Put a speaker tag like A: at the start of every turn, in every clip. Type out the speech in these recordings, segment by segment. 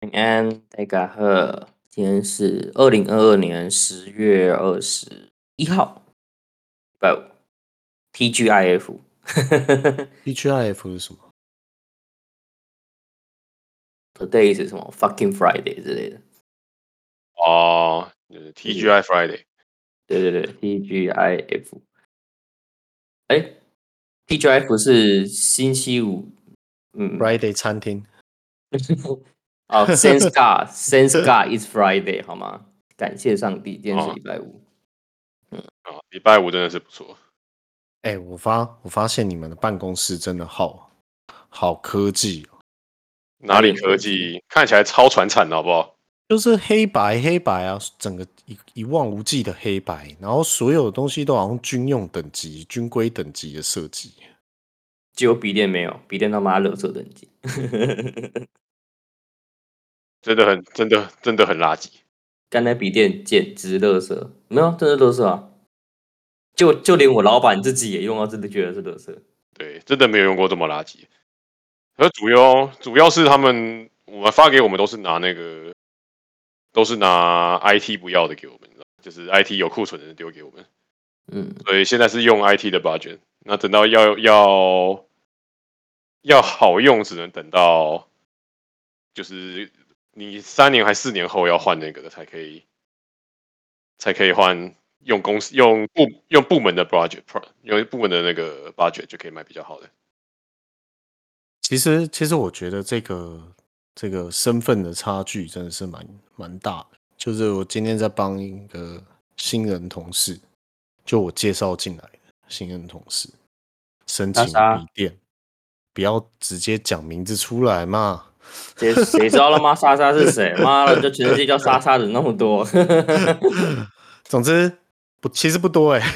A: 平安，大家好，今天是二零二二年十月二十一号，礼拜五，TGIF，
B: DGIF 是什么？
A: today 是什么 fucking Friday 之类的。
C: 哦，就是 TGI Friday，
A: 对对对，TGIF。哎，TGIF 是星期五，嗯
B: Friday 餐厅，
A: 哦，Sense God Sense God is Friday 好吗？感谢上帝，今天是
C: 哦
A: 礼拜五。
C: 哦，礼拜五真的是不错，
B: 哎、我发我发现你们的办公室真的好好科技哦，
C: 哪里
A: 哪里
C: 科技看起来超传产的好不好？
B: 就是黑白黑白啊，整个一一望无际的黑白，然后所有的东西都好像军用等级、军规等级的设计。
A: 只有笔电没有，笔电他妈垃圾等级。
C: 真的很真的真的很垃圾。
A: 刚才笔电简直垃圾，没有，真的垃圾啊！就就连我老板自己也用到，真的觉得是垃圾。
C: 对，真的没有用过这么垃圾。而主要主要是他们，我们发给我们都是拿那个，都是拿 IT 不要的给我们，你知道就是 IT 有库存的丢给我们，
A: 嗯，
C: 所以现在是用 IT 的 budget。那等到要要要好用，只能等到就是你三年还四年后要换那个的才可以，才可以换用公司用部用部门的 budget，用部门的那个 budget 就可以买比较好的。
B: 其实，其实我觉得这个这个身份的差距真的是蛮蛮大的。就是我今天在帮一个新人同事，就我介绍进来的新人同事申
A: 他
B: 请
A: 啥
B: 笔电，不要直接讲名字出来嘛。
A: 谁谁知道他妈 莎莎是谁？妈的，就全世界叫莎莎的那么多，
B: 总之不，其实不多哎、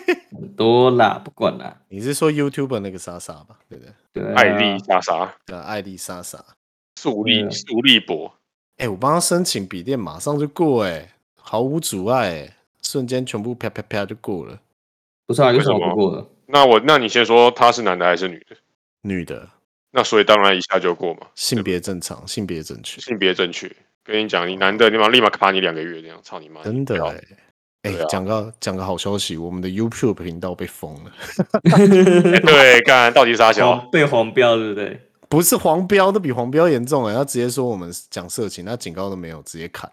A: 很多啦，不管啦。
B: 你是说 YouTube 那个莎莎吧？对不对？
A: 对、啊，
C: 艾丽莎莎、
B: 叫艾丽莎莎。
C: 素
A: 对啊
C: 丽、素丽博，
B: 哎、我帮他申请笔电，马上就过哎、毫无阻碍哎、瞬间全部啪啪啪就过了。
A: 不是啊，有
C: 为
A: 什
C: 什
A: 么
C: 么
A: 不过的？
C: 那我那你先说他是男的还是女的？
B: 女的，
C: 那所以当然一下就过嘛，
B: 性别正常，性别正确，
C: 性别正确。跟你讲，你男的，你妈立马卡你两个月，这样操你妈！
B: 真的
C: 不要
B: 哎、哎、
C: 对啊
B: 讲个讲个好消息，我们的 YouTube 频道被封了，
C: 哎对，干到底是啥小？
A: 哦被黄标对不对？
B: 不是黄标，都比黄标严重哎、他直接说我们讲色情，他警告都没有，直接砍。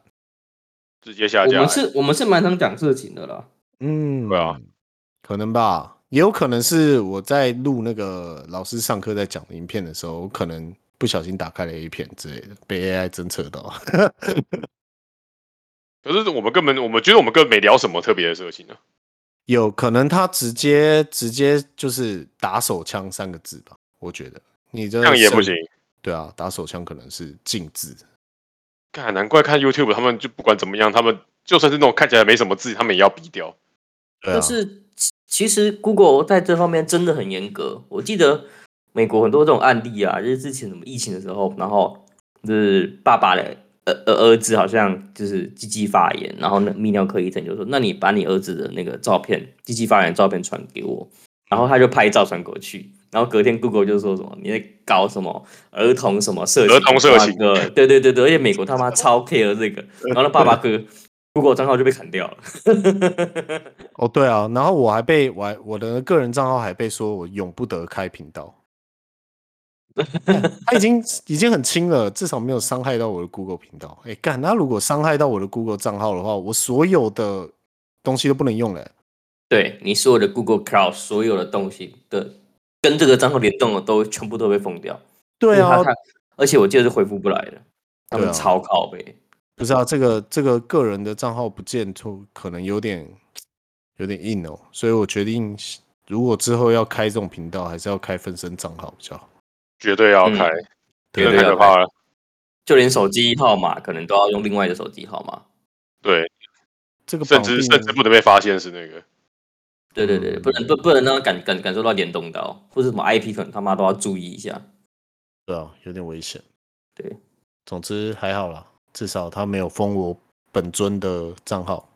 C: 直接下
A: 我
C: 架、欸
A: 们是，我们是蛮常讲事情的啦。
B: 嗯，
C: 对啊，
B: 可能吧，也有可能是我在录那个老师上课在讲的影片的时候，我可能不小心打开了 A 片之类的，被 AI 侦测到。
C: 可是我们根本，我们觉得我们根本没聊什么特别的事情啊呢、
B: 有可能他直接直接就是打手枪三个字吧，我觉得你这
C: 这样也不行。
B: 对啊，打手枪可能是禁字，
C: 看，难怪看 YouTube，他们就不管怎么样，他们就算是那种看起来没什么字，他们也要逼掉。
B: 对啊
A: 但，是其其实 Google 在这方面真的很严格。我记得美国很多这种案例啊，就是之前什么疫情的时候，然后就是爸爸的儿儿儿子好像就是鸡鸡发炎，然后那泌尿科医生就说：“那你把你儿子的那个照片，鸡鸡发炎的照片传给我。”然后他就拍照传过去，然后隔天 Google 就说什么你在搞什么儿童什么色情
C: 儿童色情
A: 那个对对对对，而且美国他妈超 care 这 个，然后他爸爸哥 Google 账号就被砍掉了。
B: 哦对啊，然后我还被我还我的个人账号还被说我永不得开频 道，他已经已经很轻了，至少没有伤害到我的 Google 频道。哎，干，他如果伤害到我的 Google 账号的话，我所有的东西都不能用了。欸
A: 对你所有的 Google Cloud 所有的东西的跟这个账号联动的都全部都被封掉。
B: 对
A: 因为
B: 啊
A: 他，看而且我记得是回复不来的，他
B: 对
A: 们
B: 啊
A: 超靠背。
B: 不是啊，这个这个个人的账号不见就可能有点有点硬哦，所以我决定如果之后要开这种频道，还是要开分身账号比较好。
C: 绝对要开，真的
B: 嗯对
C: 太可怕了。
A: 啊就连手机号码可能都要用另外的手机号码。
C: 对，
B: 这个
C: 甚
B: 绑
C: 至
B: 定啊
C: 甚至不能被发现是那个。
A: 对对
C: 嗯
A: 对，不能不不能让他感感感受到联动到，或者什么 IP 可能他妈都要注意一下。
B: 对啊，有点危险。
A: 对，
B: 总之还好啦，至少他没有封我本尊的账号，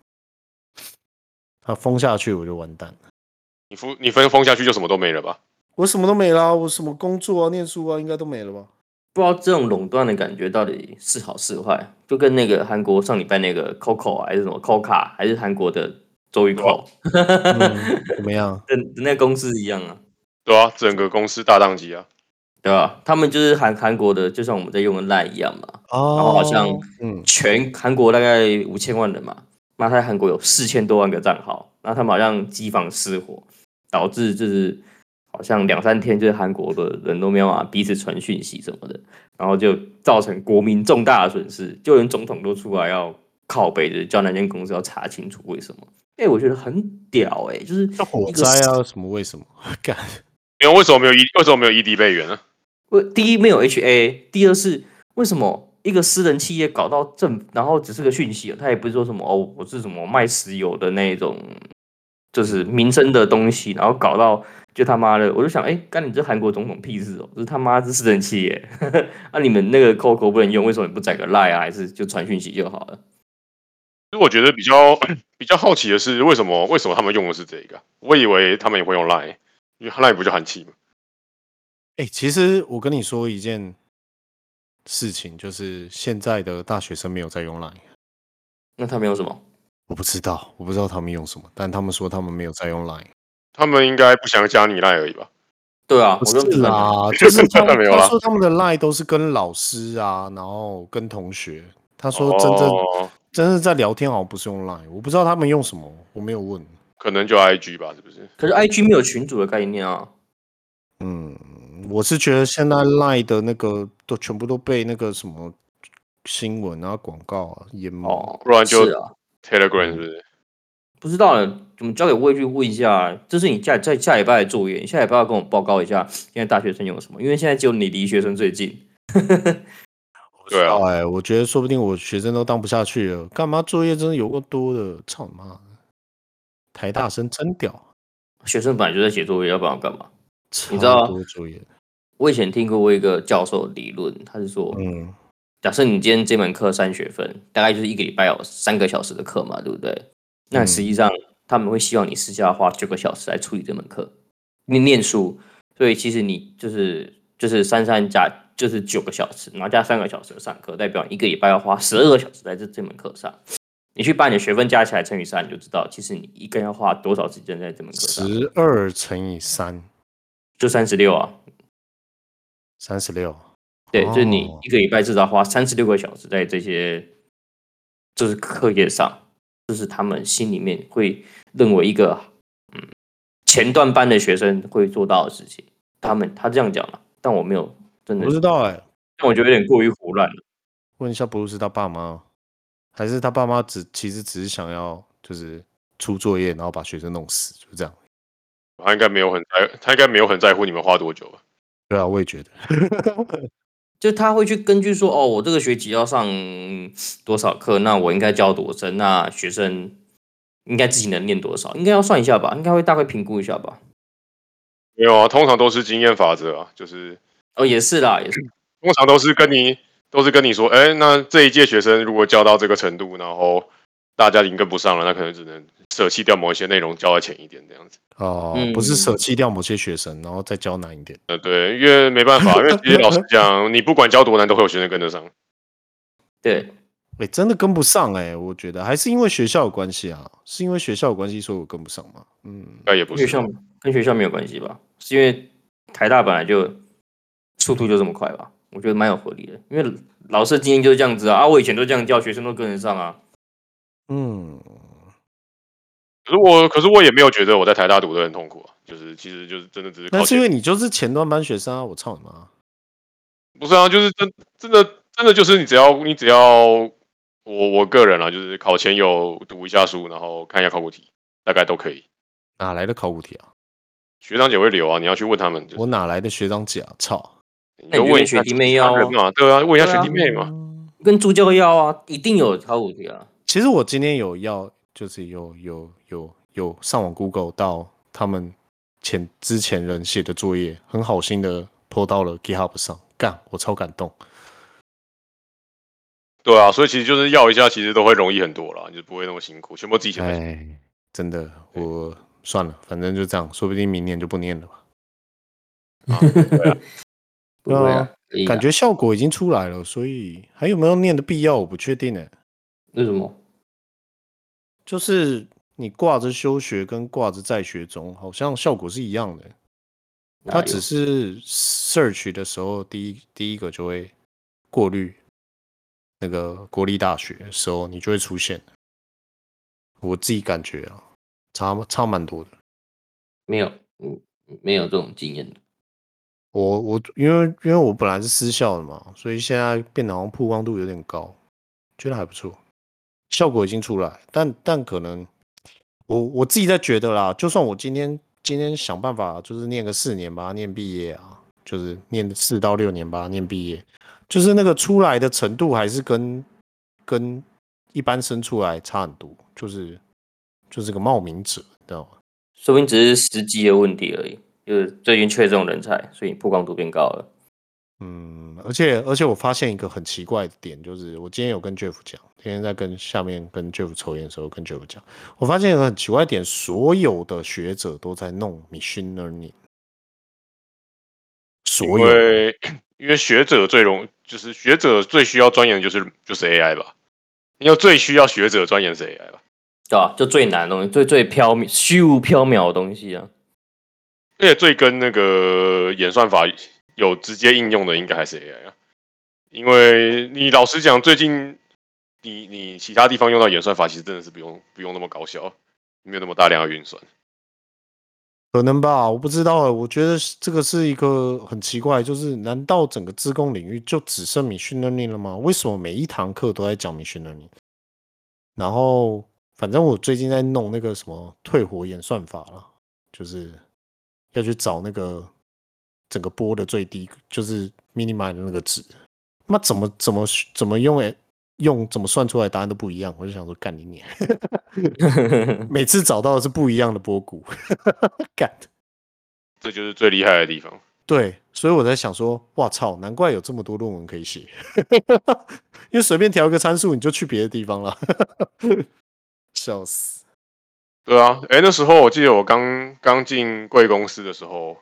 B: 他封下去我就完蛋了。
C: 你封你分封下去就什么都没了吧？
B: 我什么都没啦，我什么工作啊、念书啊，应该都没了吧？
A: 不知道这种垄断的感觉到底是好是坏，就跟那个韩国上礼拜那个 Coco 啊还是什么 Coca 还是韩国的周玉蔻
B: 嗯、怎么样？
C: 啊
A: 的的那个公司一样啊，
C: 对啊，整个公司大宕机啊！
A: 对吧？他们就是韩韩国的，就像我们在用的 Line 一样嘛，
B: 哦，
A: 然后好像
B: 嗯，
A: 全韩国大概五千万人嘛，那在韩国有四千多万个账号，那他们好像机房失火，导致就是好像两三天就是韩国的人都没有办法彼此传讯息什么的，然后就造成国民重大的损失，就连总统都出来要靠北，就是叫那间公司要查清楚为什么。哎、我觉得很屌哎、就是
B: 像火
A: 一个
B: 灾啊，什么为什么？ 干，
C: 因为为什么没有 E 为什么没有 ED 备援呢？
A: 为第一没有 HA，第二是为什么一个私人企业搞到政，然后只是个讯息，他也不是说什么哦，我是什么卖石油的那一种，就是民生的东西，然后搞到就他妈的，我就想，哎、干你这韩国总统屁事哦，这他妈是私人企业， 那、你们那个 COCO 不能用，为什么你不载个 Line 啊，还是就传讯息就好了？
C: 其实我觉得比较 比较好奇的是，为什么为什么他们用的是这个啊？我以为他们也会用 Line，因为 Line 不就韩气吗？
B: 哎、其实我跟你说一件事情，就是现在的大学生没有在用 Line，
A: 那他们用什么？
B: 我不知道，我不知道他们用什么，但他们说他们没有在用 Line。
C: 他们应该不想加你 Line 而已吧？
A: 对啊，
B: 不
A: 我就不
B: 是
A: 知道
B: 啦，就是他
C: 没有
B: 他
C: 啦
B: 说他们的 line 都是跟老师啊，然后跟同学。他说真正、
C: 哦，
B: 真正在聊天好像不是用 line，我不知道他们用什么，我没有问。
C: 可能就 IG 吧，是不是？
A: 可是 IG 没有群主的概念啊，
B: 嗯，我是觉得现在 line 的那个都全部都被那个什么新闻啊、广告啊淹没。
A: 哦，
C: 不然就是
A: 啊。
C: Telegram 是不
B: 嗯
C: 是？
A: 不知道了，我们交给魏去问一下。这是你下在下礼拜的作业，你下礼拜要跟我报告一下现在大学生有什么，因为现在只有你离学生最近。
C: 对啊，
B: 哎，我觉得说不定我学生都当不下去了，干嘛作业真的有够多的，操你妈的！台大生真屌，
A: 学生本来就在写作业，要不然要干嘛？
B: 超
A: 你知道
B: 多作业，
A: 我以前听过一个教授的理论，他是说，
B: 嗯，
A: 假设你今天这门课三学分，大概就是一个礼拜有三个小时的课嘛，对不对？那
B: 嗯
A: 实际上他们会希望你私下花九个小时来处理这门课，你念书，所以其实你就是就是三三加就是九个小时，然后加三个小时的上课，代表一个礼拜要花十二个小时在这这门课上。你去把你的学分加起来乘以三，你就知道其实你一个人要花多少时间在这门课上，
B: 十二乘以三。
A: 就三十六啊。
B: 三十六，
A: 对，就是你
B: 哦
A: 一个礼拜至少花三十六个小时在这些就是课业上，就是他们心里面会认为一个嗯前段班的学生会做到的事情。他们他这样讲了，但我没有真
B: 我
A: 的
B: 不，知道哎、
A: 但我觉得有点过于胡乱了。
B: 问一下布鲁斯他爸妈，哦还是他爸妈只其实只是想要就是出作业，然后把学生弄死，就这样。
C: 他应该没有很在，他应该没有很在乎你们花多久吧？
B: 对啊，我也觉得。
A: 就他会去根据说，哦，我这个学期要上多少课，那我应该教多深，那学生应该自己能念多少，应该要算一下吧，应该会大概评估一下吧。
C: 没有啊，通常都是经验法则啊，就是
A: 哦，也是啦，也是
C: 通常都是跟你都是跟你说，哎、那这一届学生如果教到这个程度，然后大家已经跟不上了，那可能只能舍弃掉某一些内容，教在前一点这样子。
B: 哦、
A: 嗯
B: 不是舍弃掉某些学生，然后再教难一点。
C: 呃，对，因为没办法，因为其实 老实讲，你不管教多难，都会有学生跟得上。
A: 对。
B: 哎、真的跟不上哎、我觉得还是因为学校有关系啊，是因为学校有关系，所以我跟不上嘛。嗯，
C: 那也不
A: 学
C: 是，
A: 校跟学校没有关系吧？是因为台大本来就速度就这么快吧？我觉得蛮有合理的，因为老师的经验就是这样子啊。啊，我以前都这样教，学生都跟得上啊。
B: 嗯，
C: 可是我可是我也没有觉得我在台大读的很痛苦啊，就是其实就是真的只是
B: 那
C: 靠
B: 是因
C: 前
B: 为你就是前段班学生啊！我操你妈！
C: 不是啊，就是真真的真的就是你只要你只要我我个人啊，就是考前有读一下书，然后看一下考古题，大概都可以。
B: 哪来的考古题啊？
C: 学长姐会留啊，你要去问他们。就是
B: 我哪来的学长姐啊？操！
C: 你
A: 那
C: 就
A: 你就
C: 问
A: 跟
C: 一
A: 学
C: 下
A: 弟妹要
C: 人嘛，对啊，问一下
A: 对啊
C: 学弟妹嘛，
B: 嗯
A: 跟助教要啊，一定有考古题啊。
B: 其实我今天有要，就是有有有有上网 Google 到他们前之前人写的作业，很好心的 po 到了 GitHub 上，干，我超感动。
C: 对啊，所以其实就是要一下，其实都会容易很多啦，你就不会那么辛苦，全部自己想。
B: 哎，真的，
C: 对
B: 我算了，反正就这样，说不定明年就不念了吧。
A: 不会啊，可以啊
B: 感觉效果已经出来了，所以还有没有念的必要，我不确定哎、
A: 为什么？
B: 就是你挂着休学跟挂着在学中，好像效果是一样的、欸它
A: 哪
B: 只
A: 有
B: 是 search 的时候，第一第一个就会过滤那个国立大学的时候，你就会出现。我自己感觉啊，差差蛮多的。
A: 没有，嗯，没有这种经验的。
B: 我我因为因为我本来是私校的嘛，所以现在变得好像曝光度有点高，觉得还不错，效果已经出来，但但可能我我自己在觉得啦，就算我今天今天想办法就是念个四年把它念毕业啊，就是念四到六年把它念毕业，就是那个出来的程度还是跟跟一般生出来差很多，就是就是个冒名者，你知道吗？
A: 说不定只是时机的问题而已，就是最近缺这种人才，所以曝光度变高了。
B: 嗯，而且而且我发现一个很奇怪的点，就是我今天有跟 Jeff 讲，今天在跟下面跟 Jeff 抽烟的时候跟 Jeff 讲，我发现一个很奇怪的点，所有的学者都在弄 machine learning，
C: 因
B: 所有的
C: 为 因为学者最容，就是学者最需要钻研的就是就是 AI 吧，因为最需要学者钻研是 AI 吧。
A: 对吧、就最难的东西，最最缥缈、虚无缥缈的东西啊。
C: 而且最跟那个演算法有直接应用的，应该还是 AI 啊。因为你老实讲，最近你你其他地方用到演算法，其实真的是不用不用那么高效，没有那么大量的运算。
B: 可能吧，我不知道欸，我觉得是这个是一个很奇怪，就是难道整个自贡领域就只剩 machine learning 了吗？为什么每一堂课都在讲 machine learning？然后反正我最近在弄那个什么退火演算法了，就是要去找那个整个波的最低，就是 minima 的那个值。那怎么怎么怎么用诶用怎么算出来答案都不一样，我就想说干你娘！ 每次找到的是不一样的波谷，干。
C: 这就是最厉害的地方。
B: 对，所以我在想说，哇操，难怪有这么多论文可以写， 因为随便调一个参数你就去别的地方了， 笑死。
C: 对啊，哎、那时候我记得我刚刚进贵公司的时候，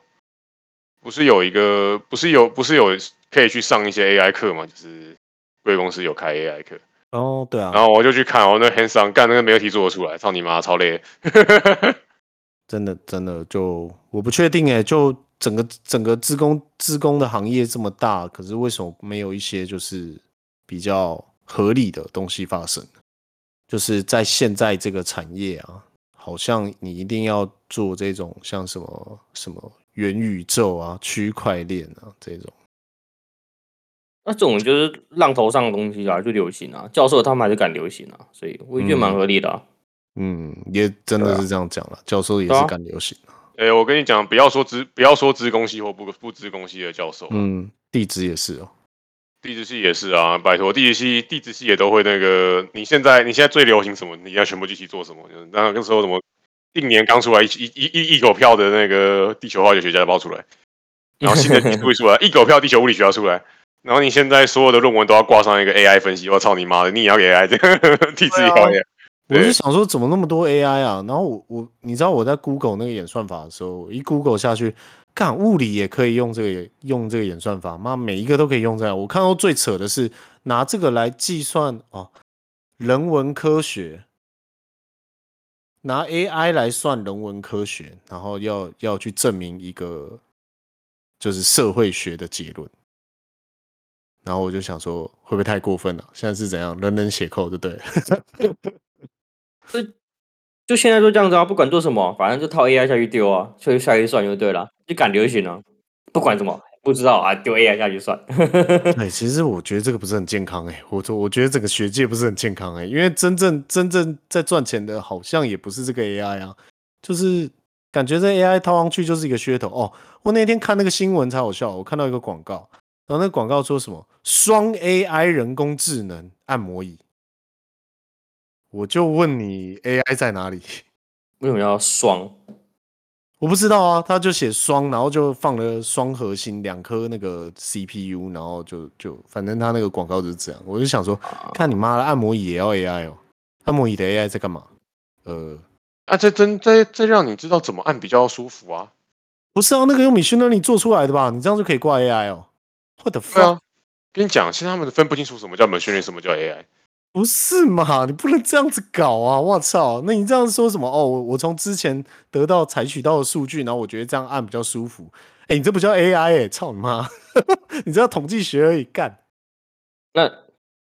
C: 不是有一个，不是有，不是有可以去上一些 AI 课嘛？就是贵公司有开 AI 课，
B: 哦，对啊
C: 然，后我就去看，我那 hands on 干那个没有题做得出来，操你妈，超累。
B: 真的真的就我不确定哎，就整个整个自工自工的行业这么大，可是为什么没有一些就是比较合理的东西发生？就是在现在这个产业啊，好像你一定要做这种像什么什么元宇宙啊、区块链啊这种。
A: 那这种就是浪头上的东西啊，就流行啊。教授他们还是敢流行啊，所以我觉得蛮
B: 嗯
A: 合理的、啊。
B: 嗯，也真的是这样讲了，教授也
A: 对
B: 是
A: 啊
B: 敢流行啊。
C: 哎、我跟你讲，不要说资，不要说资工系或不不资工系的教授，
B: 嗯，地址也是哦。
C: 地质系也是啊，拜托，地质系地质系也都会那个。你现在你现在最流行什么？你要全部去去做什么？那那时候怎么一年刚出来一一一一一狗票的那个地球化学学家爆出来，然后新的技术一出来， 一狗票地球物理学家出来，然后你现在所有的论文都要挂上一个 AI 分析，我操你妈的，你也要给 AI 这样地质也要 AI，
B: 啊我
C: 对
B: 是想说，怎么那么多 AI 啊？然后我我，你知道我在 Google 那个演算法的时候，我一 Google 下去，干物理也可以用这个用这个演算法，妈每一个都可以用这样。我看到最扯的是拿这个来计算哦，人文科学，拿 AI 来算人文科学，然后要要去证明一个就是社会学的结论。然后我就想说，会不会太过分了？现在是怎样，人人写扣，对不对了？
A: 就现在都这样子啊，不管做什么，反正就套 AI 下去丢啊，下去下去算就对了，就敢流行啊，不管什么不知道啊，丢 AI 下去算。
B: 哎，其实我觉得这个不是很健康哎、我我我觉得整个学界不是很健康哎、因为真正真正在赚钱的，好像也不是这个 AI 啊，就是感觉这 AI 套上去就是一个噱头哦。我那天看那个新闻才好笑，我看到一个广告，然后那广告说什么双 AI 人工智能按摩椅，我就问你 AI 在哪里？
A: 为什么要双？
B: 我不知道啊，他就写双，然后就放了双核心两颗那个 CPU，然后就就反正他那个广告就是这样。我就想说，
C: 哦
B: 看你妈的按摩椅也要 AI 哦，按摩椅的 AI 在干嘛？呃，
C: 啊，这真这这让你知道怎么按比较舒服啊。
B: 不是啊，那个用米训练你做出来的吧？你这样就可以挂 AI 哦？What the
C: 对
B: fuck？、
C: 啊，跟你讲，现在他们分不清楚什么叫门训练，什么叫 AI。
B: 不是嘛？你不能这样子搞啊！我操，那你这样说什么？哦，我我从之前得到采取到的数据，然后我觉得这样按比较舒服。哎、你这不叫 AI 哎、操你妈！ 你这叫统计学而已，干！
A: 那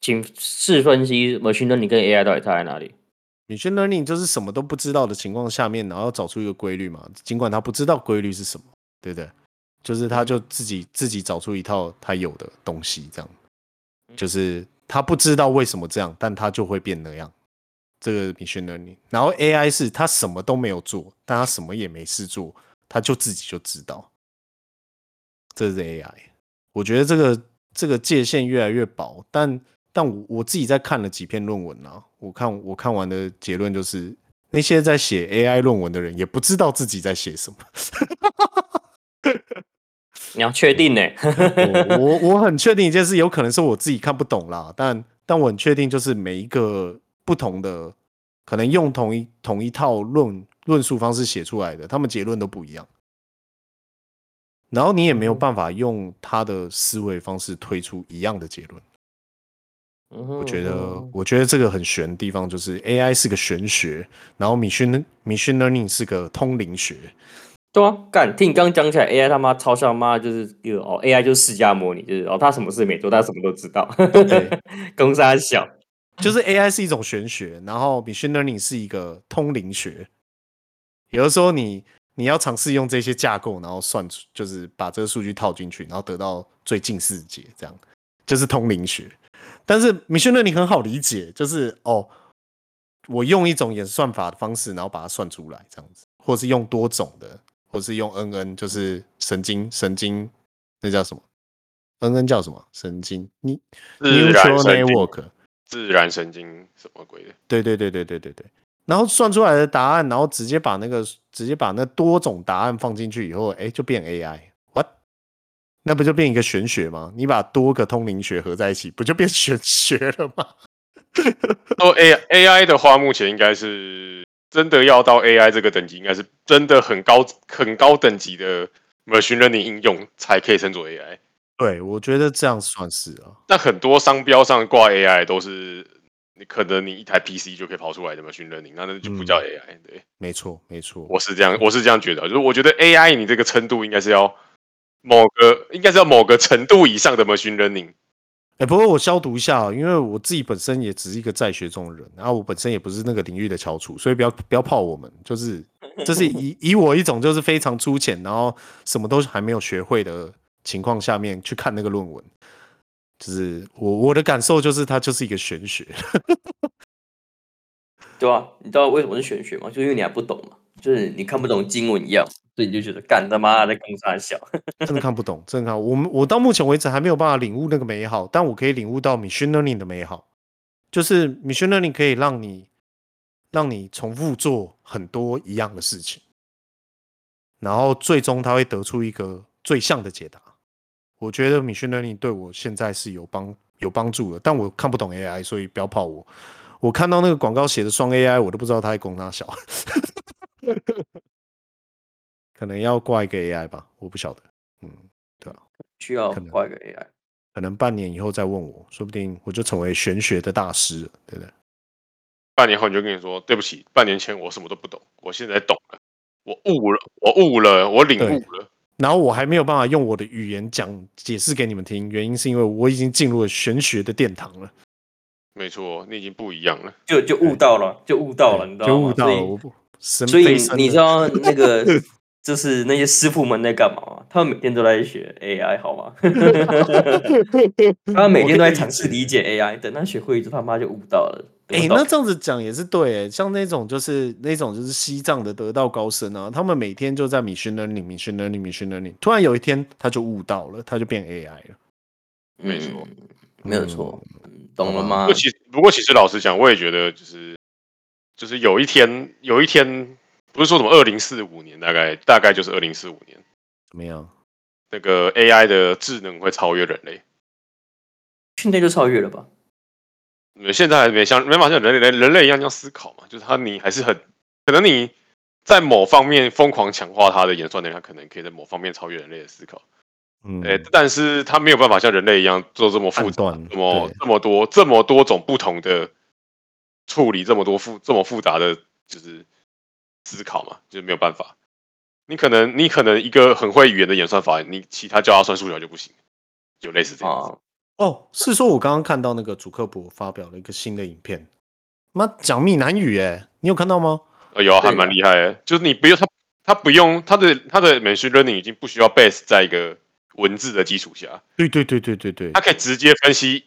A: 请试分析 machine learning 跟 AI 到底差在哪里？
B: machine learning 就是什么都不知道的情况下面，然后找出一个规律嘛。尽管他不知道规律是什么，对不对？就是他就自己自己找出一套他有的东西，这样。就是他不知道为什么这样，但他就会变那样。这个 machine learning，然后 AI 是他什么都没有做，但他什么也没事做，他就自己就知道。这是 AI。我觉得这个这个界限越来越薄，但但我我自己在看了几篇论文啊，我看我看完的结论就是，那些在写 AI 论文的人也不知道自己在写什么。
A: 你要确定呢、
B: 我我我很确定一件事，有可能是我自己看不懂啦，但但我很确定，就是每一个不同的，可能用同一同一套论论述方式写出来的，他们结论都不一样。然后你也没有办法用他的思维方式推出一样的结论。
A: 我
B: 我觉
A: 嗯
B: 得，哦我觉得这个很玄的地方就是 AI 是个玄学，然后 machine machine learning 是个通灵学。
A: 对啊，干，听你刚讲起来，AI 他妈超像妈就是有哦，AI 就是释迦摩尼，就是哦，他什么事没做，他什么都知道， 公司还小，
B: 就是 AI 是一种玄学，然后 machine learning 是一个通灵学。有的时候你你要尝试用这些架构，然后算出，就是把这个数据套进去，然后得到最近世界，这样就是通灵学。但是 machine learning 很好理解，就是哦，我用一种演算法的方式，然后把它算出来，这样子，或是用多种的，或是用 NN，就是神经神经，那叫什么？NN 叫什么？神经你
C: 自
B: neural
C: 然神经，
B: network。
C: 自然神经什么鬼的？
B: 对对对对对对对。然后算出来的答案，然后直接把那个直接把那多种答案放进去以后，哎，就变 AI。What？那不就变一个玄学吗？你把多个通灵学合在一起，不就变玄学了吗？
C: 哦，A A I 的话，目前应该是真的要到 A I 这个等级，应该是真的很高很高等级的 machine learning 应用才可以称作 A I。
B: 对，我觉得这样算是啊。
C: 但很多商标上挂 AI 都是你可能你一台 PC 就可以跑出来的 machine learning，那那就不叫 AI、对，
B: 没错，没错。
C: 我是这样，我是这样觉得，就是我觉得 AI 你这个程度应该是要某个应该是要某个程度以上的 machine learning。
B: 哎，不过我消毒一下啊，因为我自己本身也只是一个在学中的人，然、后我本身也不是那个领域的翘楚，所以不要不要泡我们，就是这是以 以我一种就是非常粗浅，然后什么都还没有学会的情况下面去看那个论文，就是我我的感受就是它就是一个玄学，
A: 对啊，你知道为什么是玄学吗？就是因为你还不懂嘛，就是你看不懂经文一样，所以你就觉得干他妈的公司还小，
B: 真的看不懂，真的看不懂我们我到目前为止还没有办法领悟那个美好，但我可以领悟到 machine learning 的美好，就是 machine learning 可以让你让你重复做很多一样的事情，然后最终它会得出一个最像的解答。我觉得 machine learning 对我现在是有帮有帮助的，但我看不懂 AI，所以不要泡我。我看到那个广告写的双 AI，我都不知道它在攻它小， 可能要挂一个 AI 吧，我不晓得。嗯，
A: 需要
B: 可能
A: 挂一个 AI。
B: 可能半年以后再问我，说不定我就成为玄学的大师了，对不对？
C: 半年后你就跟你说，对不起，半年前我什么都不懂，我现在懂了，我悟了，我悟了，我领悟了。
B: 然后我还没有办法用我的语言讲解释给你们听，原因是因为我已经进入了玄学的殿堂了，
C: 没错，你已经不一样了。
A: 就就悟到了，就悟到了，你知道吗？
B: 就悟到了，
A: 所以
B: 我不神
A: 所以
B: 飞升
A: 你
B: 了
A: 知道那个就是那些师傅们在干嘛吗？他们每天都在学 AI 好吗？ 他们每天都在尝试理解 AI，等他学会之后，他妈就悟到了。
B: 哎、
A: 得到
B: 那这样子讲也是对、欸，像那种就是那种就是西藏的得道高僧啊，他们每天就在米训 learning、米训 learning、米训 learning，突然有一天他就悟到了，他就变 AI 了。
C: 没错
A: 嗯，没有错，嗯懂了吗
C: 不过？其不过其实老实讲，我也觉得就是就是有一天有一天，不是说什么二零四五年，大概大概就是二零四五年，
B: 怎么样？
C: 那个 AI 的智能会超越人类。
A: 现在就超越了吧？
C: 嗯现在还没像没法像人类人人类一样要思考嘛，就是他你还是很可能你在某方面疯狂强化他的演算能力，他可能可以在某方面超越人类的思考。
B: 嗯，
C: 哎、但是他没有办法像人类一样做这么复
B: 判
C: 杂、
B: 断
C: 这么
B: 对
C: 这么多、这么多种不同的处理，这么多复这么复杂的就是思考嘛，就是没有办法。你可能你可能一个很会语言的演算法，你其他教他算数学就不行，就类似这样子。
A: 啊，
B: 哦，是说我刚刚看到那个主克伯发表了一个新的影片，妈讲闽南语哎，你有看到吗？
C: 呃，有啊，
A: 对
C: 还蛮厉害的。就是你不用他，他不用他的他的 machine learning 已经不需要 base 在一个文字的基础下，
B: 对对对对对对
C: 它，可以直接分析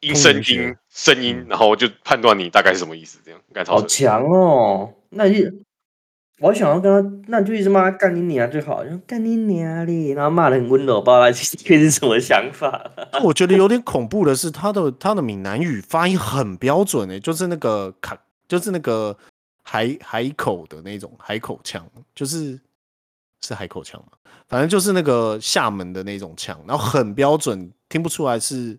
C: 音声
B: 通灵
C: 音
B: 学
C: 声音
B: 嗯，
C: 然后就判断你大概是什么意思。这样，干超
A: 好
C: 神
A: 强哦！那就我想要跟他，那就一直骂他干你娘就好，就干你娘嘞，然后骂的很温柔，不知道他这个 是什么想法。
B: 但我觉得有点恐怖的是，他的他的闽南语发音很标准哎，就是那个卡，就是那个海海口的那种海口腔，就是是海口腔嘛，反正就是那个厦门的那种腔，然后很标准，听不出来是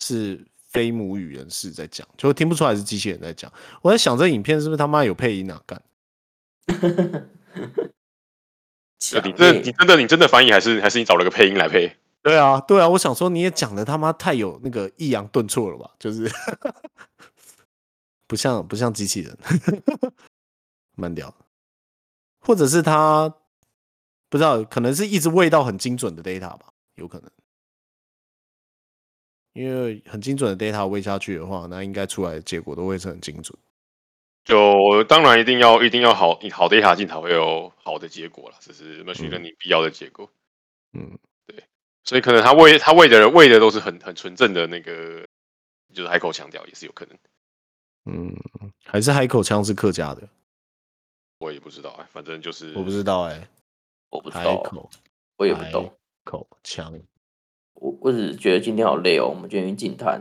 B: 是非母语人士在讲，就听不出来是机器人在讲。我在想这影片是不是他妈有配音啊？干。
C: 就
A: 强欸
C: 你这
A: 烈
C: 你真的你真的翻译还是还是你找了个配音来配？
B: 对啊，对啊，我想说你也讲的他妈太有那个抑扬顿挫了吧，就是 不像不像机器人，慢屌，或者是他不知道，可能是一直喂到很精准的 data 吧，有可能，因为很精准的 data 喂下去的话，那应该出来的结果都会是很精准。
C: 就当然一定要一定要好好的一塔进才会有好的结果了，这是 machine
B: 嗯
C: learning 必要的结果。
B: 嗯，
C: 所以可能他喂他喂的喂的都是很很纯正的那个，就是海口腔调也是有可能。
B: 嗯，还是海口腔是客家的，
C: 我也不知道哎、反正就是
B: 我不知道哎、
A: 我不知
B: 海
A: 道，
B: 口
A: 我也不
B: 海
A: 懂。
B: 口腔，
A: 我我只是觉得今天好累哦，我们决定进滩。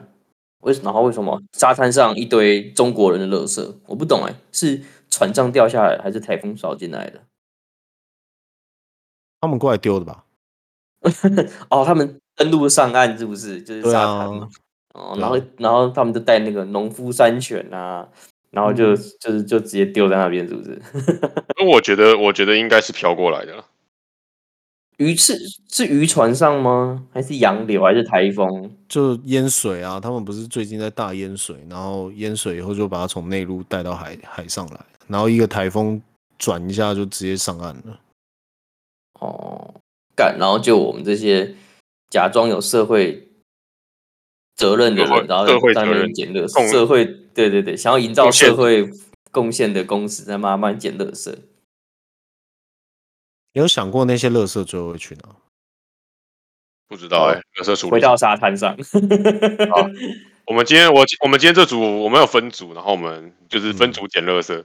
A: 为什然后为什么沙滩上一堆中国人的垃圾？我不懂哎、是船上掉下来还是台风扫进来的？
B: 他们过来丢的吧？
A: 哦，他们登陆上岸是不是？就是
B: 对
A: 沙
B: 啊
A: 滩嘛。哦，
B: 对
A: 然后
B: 啊
A: 然后他们就带那个农夫山泉啊，然后就、
B: 嗯
A: 就是就直接丢在那边，是不是？
C: 那我觉得，我觉得应该是飘过来的了。
A: 渔是是渔船上吗？还是洋流？还是台风？
B: 就淹水啊，他们不是最近在大淹水，然后淹水以后就把它从内陆带到海海上来，然后一个台风转一下就直接上岸了。
A: 哦，干，然后就我们这些假装有社会责任的
C: 社
A: 人
C: 会，
A: 然后
C: 社会
A: 在那
C: 责
A: 边
C: 任
A: 捡垃圾，
C: 贡
A: 社会对对对，想要营造
C: 贡献
A: 社会贡献的公司在慢慢捡垃圾。
B: 你有想过那些垃圾最后会去哪？
C: 不知
B: 哦
C: 道哎、垃圾处
A: 回
C: 理。
A: 到沙滩 上，
C: 我们今天我我们今天这组我们有分组，然后我们就是分组捡垃圾。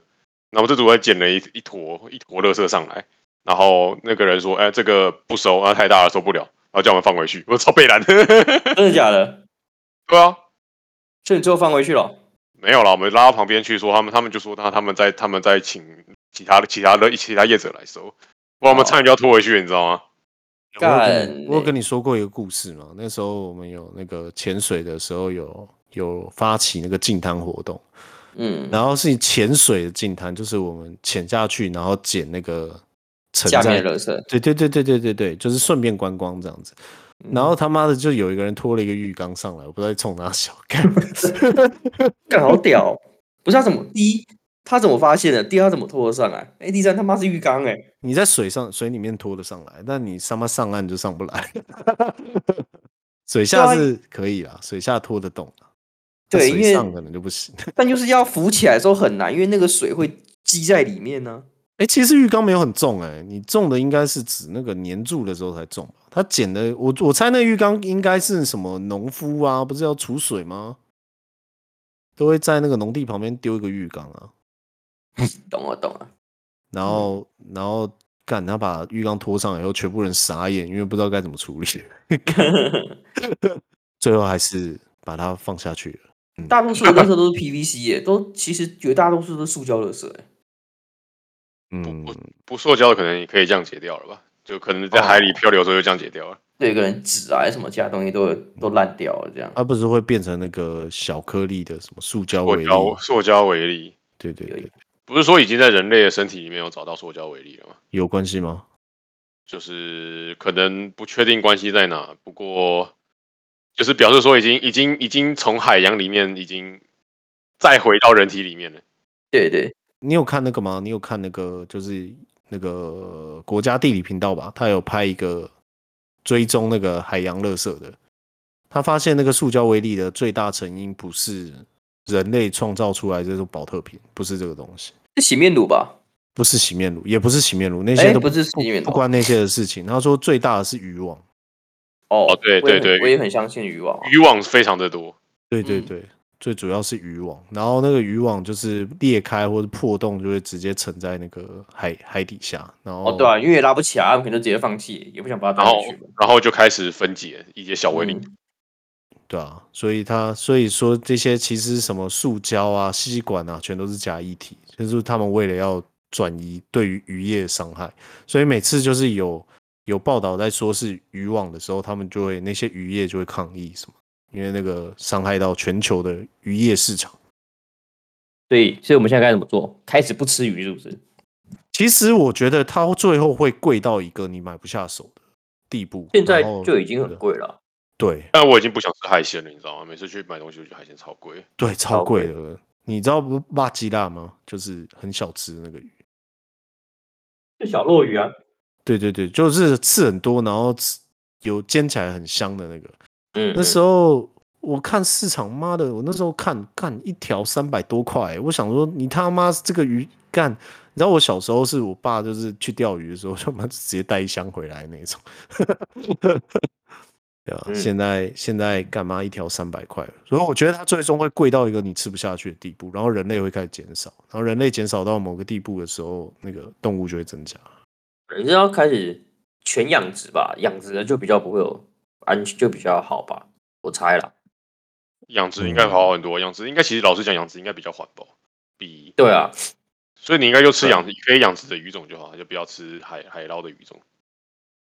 C: 那我这组还捡了一一坨一坨垃圾上来，然后那个人说：“哎、这个不收啊，太大了，收不了。”然后叫我们放回去。我说超贝兰， 对
A: 真的假的？
C: 啊，
A: 所以你最后放回去了？
C: 没有啦，我们拉到旁边去说他们，他们就说他他们在他们在请其他的其他的其他业者来收，不然我们
A: 哦
C: 差点就要拖回去，你知道吗？
B: 我有跟
A: 干
B: 你我有跟
A: 嘞
B: 你说过一个故事嘛，那时候我们有那个潜水的时候有有发起那个净滩活动，
A: 嗯，
B: 然后是潜水的净滩，就是我们潜下去然后捡那个沉
A: 下
B: 在
A: 面的垃圾，
B: 对对对对对对对，就是顺便观光这样子。
A: 嗯
B: 然后他妈的就有一个人拖了一个浴缸上来，我不知道在冲他笑干。
A: 干好屌哦、不是他怎么第一他怎么发现的？第二他怎么拖得上来？哎，第三他妈是浴缸哎、
B: 你在水上水里面拖得上来，但你他妈上岸就上不来。 水下是可以啦，水下拖得动啦但
A: 啊对因为
B: 水上可能就不行。 哎、
A: 但就是要浮起来的时候很难，因为那个水会积在里面呢、
B: 其实浴缸没有很重哎、你重的应该是指那个粘住的时候才重吧。他捡的，我我猜那浴缸应该是什么农夫啊，不是要储水吗？都会在那个农地旁边丢一个浴缸啊。
A: 懂了，懂了。
C: 嗯
B: 然后然后干他把 浴缸拖上来以后，全部人傻眼，因为不知道该怎么处理。最后还是把它放下去了。
A: 大多数的垃圾都是 PVC 耶、欸都其实绝大多数都是塑胶垃圾、欸。
B: 嗯，
C: 不塑胶的可能也可以降解掉了吧？就可能在海里漂流的时候就降解掉了。
A: 对，可能纸啊什么其他东西都有都烂掉了，这样。
B: 它不是会变成那个小颗粒的什么塑胶
C: 塑
B: 微粒？
C: 胶塑胶微粒，
B: 对对对，
C: 不是说已经在人类的身体里面有找到塑胶微粒了吗？
B: 有关系吗？
C: 就是可能不确定关系在哪，不过就是表示说已经已经已经从海洋里面已经再回到人体里面了。
A: 对对，
B: 你有看那个吗？你有看那个就是那个国家地理频道吧？他有拍一个追踪那个海洋垃圾的，他发现那个塑胶微粒的最大成因不是人类创造出来这种保特瓶，不是这个东西，
A: 是洗面乳吧？
B: 不是洗面乳，也不是洗面乳，那
A: 哎
B: 些都
A: 不是洗面乳
B: 不关那些的事情。他说最大的是渔网，
A: 哦
C: 哦对
A: 我也
C: 对
A: 很
C: 对
A: 我也很相信渔网。
C: 渔网非常的多，
B: 对对
A: 嗯
B: 对，最主要是渔网，然后那个渔网就是裂开或者破洞，就会直接沉在那个海海底下，然后
A: 哦，对啊，因为也拉不起来，他们可能就直接放弃，也不想把它
C: 然
A: 带
C: 后
A: 回去了。
C: 然后就开始分解一些小微粒。
A: 嗯
B: 对啊，所以它所以说这些其实什么塑胶啊、吸管啊，全都是假议题，就是他们为了要转移对于渔业的伤害，所以每次就是有有报道在说是渔网的时候，他们就会那些渔业就会抗议什么，因为那个伤害到全球的渔业市场。
A: 所以，所以我们现在该怎么做？开始不吃鱼是不是？
B: 其实我觉得它最后会贵到一个你买不下手的地步，
A: 现在
B: 然后啊
A: 就已经很贵了。
B: 对
C: 但我已经不想吃海鲜了，你知道吗？每次去买东西，我觉得海鲜超贵。
B: 对超
A: 超贵
B: 贵的。你知道不辣鸡辣吗？就是很小只的那个鱼。
A: 就小落鱼啊，
B: 对对对，就是刺很多，然后吃有煎起来很香的那个。
A: 嗯，
B: 那时
A: 候
B: 候我看市场，妈的，我那时候看干一条三百多块、欸我想说你他妈这个鱼干。你知道我小时候是我爸就是去钓鱼的时候， 就妈直接带一箱回来那种。对啊，
A: 嗯
B: 现在现在干嘛一条三百块了？所以我觉得它最终会贵到一个你吃不下去的地步，然后人类会开始减少，然后人类减少到某个地步的时候，那个动物就会增加。
A: 你是要开始全养殖吧？养殖的就比较不会有安全，就比较好吧？我猜啦。
C: 养殖
B: 嗯
C: 应该好很多，养殖应该其实老实讲，养殖应该比较环保，比
A: 对啊，
C: 所以你应该就吃
A: 对
C: 养可以养殖的鱼种就好，就不要吃海海捞的鱼种。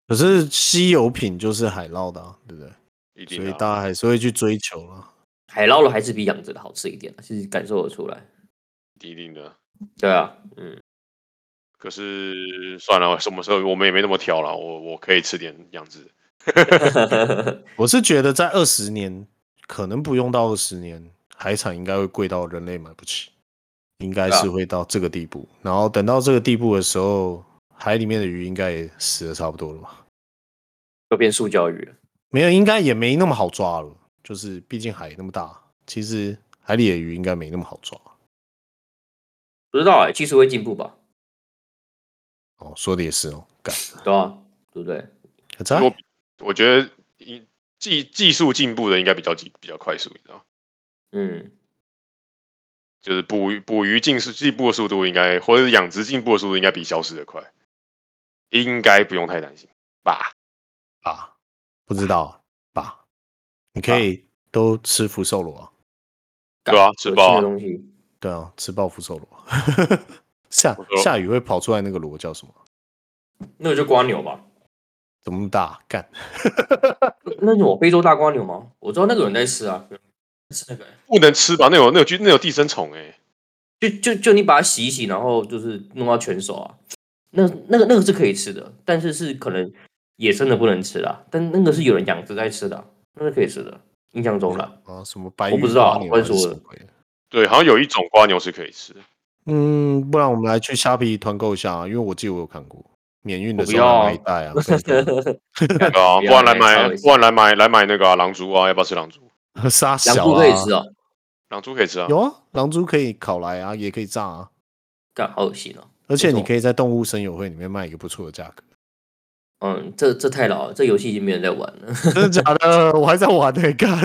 B: 可是稀有品就是海捞的、啊，对不对？
C: 一定
B: 所
C: 的
B: 以
C: 啊
B: 大家还是会去追求了。
A: 海捞的还是比养殖的好吃一点啊，其实感受得出来。
C: 一定的。
A: 对啊， 嗯，
C: 可是算了，什么时候我们也没那么挑了，我我可以吃点养殖。
B: 我是觉得在二十年，可能不用到二十年，海产应该会贵到人类买不起，应该
A: 对
B: 是
A: 啊
B: 会到这个地步。然后等到这个地步的时候，海里面的鱼应该也死的差不多了吧？
A: 又变塑胶鱼了。
B: 没有，应该也没那么好抓了。就是毕竟海那么大，其实海里的鱼应该没那么好抓。
A: 不知道哎、技术会进步吧？
B: 哦，说的也是哦，干，
A: 对啊，对不对？
B: 可在
C: 我我觉得一技技术进步的应该比较进比较快速，你知道吗？
A: 嗯，
C: 就是捕鱼捕鱼进速进步的速度应该，或者是养殖进步的速度应该比消失的快，应该不用太担心吧？
B: 吧？不知道吧？你可以都吃福寿螺啊。
C: 对啊吃饱
A: 有
C: 啊
A: 趣的东西。
B: 对啊，吃爆福寿螺，下
C: 福寿螺
B: 下雨会跑出来那个螺叫什么？
A: 那个就瓜牛吧？
B: 怎么那么大？干，
A: 那种非洲大瓜牛吗？我知道那个有人在吃啊，有人吃那个欸、
C: 不能吃吧？那有那有菌那有寄生虫哎、
A: 就就就你把它洗一洗，然后就是弄到全熟啊。那那个那个是可以吃的，但是是可能野生的不能吃啦。但那个是有人养殖在吃的啊、那是可以吃的。印象中啦，
B: 啊，什么白
A: 我
B: 玉
A: 不知道
B: 瓜牛
A: 我
B: 还
A: 也
B: 是
A: 是
B: 什
A: 我
B: 么鬼的？
C: 对，好像有一种瓜牛是可以 吃的，
B: 嗯，不然我们来去虾皮团购一下、啊，因为我记得我有看过免运的
A: 我
B: 时
A: 不要
B: 候
A: 啊
B: 买一袋啊。跟风
C: 对啊，
A: 不
C: 不
A: 要
C: 然来
A: 来
C: 买
A: 稍微，
C: 不然来买来买那个啊，狼蛛啊，要不要吃狼蛛？
B: 杀
A: 羊
B: 小
A: 肚
B: 啊，
A: 可以吃哦，
C: 狼蛛可以吃啊，
B: 有啊，狼蛛可以烤来啊，也可以炸啊，
A: 干好恶心哦。
B: 而且你
A: 错
B: 可以在动物生友会里面卖一个不错的价格。
A: 嗯，这这太老了，这游戏已经没人在玩了。
B: 真的假的？ 我还在玩呢、干。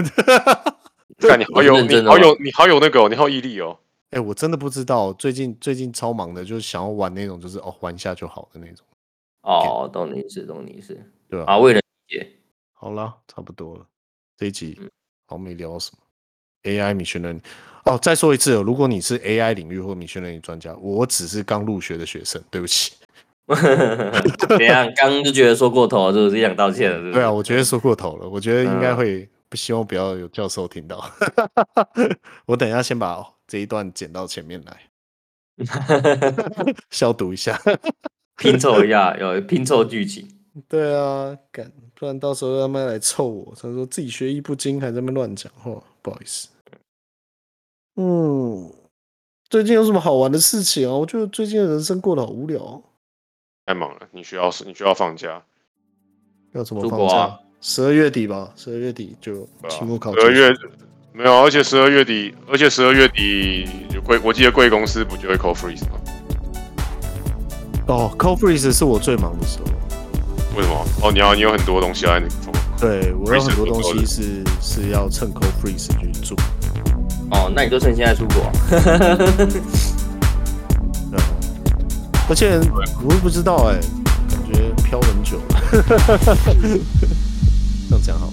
C: 看你好有
A: 我是认
C: 你
A: 真的
C: 好
A: 吗
C: 有你好有那个哦、你好有毅力哦。
B: 哎、我真的不知道，最近最近超忙的，就是想要玩那种，就是哦玩一下就好的那种，
A: 哦，懂你意思，懂你意思。
B: 对吧、
A: 啊，为了理解，
B: 好啦，差不多了，这一集好像没聊到什么 AI 米学能哦，再说一次哦，如果你是 AI 领域或米学能专家，我只是刚入学的学生，对不起。
A: 怎样？刚刚就觉得说过头了，是不是想道歉了？是不是
B: 对啊，我觉得说过头了，我觉得应该
A: 嗯
B: 会，不希望不要有教授听到。 我等一下先把这一段剪到前面来， 消毒一下。
A: 拼凑一下，有拼凑剧情。
B: 对啊，敢不然到时候他们来凑我，他说自己学艺不精，还在那边乱讲话，不好意思。嗯，最近有什么好玩的事情啊？我觉得最近的人生过得好无聊哦、
C: 太忙了，你需要你需要放假。
B: 要怎么
A: 出
B: 放
A: 国
B: 假
A: 啊？
B: 十二、月底吧，十二月底就
C: 对吧
B: 期末考结
C: 十
B: 束。
C: 二月没有，而且十二月底，而且十二月底贵，我记得贵公司不就会 call freeze 吗？
B: 哦 c o Freeze 是我最忙的时候。
C: 为什么？哦，你要你有很多东西要做。
B: 对我有
C: Freeze
B: 很多
C: 不
B: 东
C: 够
B: 西
C: 的
B: 是是要趁 c o Freeze 去做。
A: 哦，那你就趁现在出国。
B: 对啊而且我都不 知道哎、感觉飘很久了。这样讲好吗？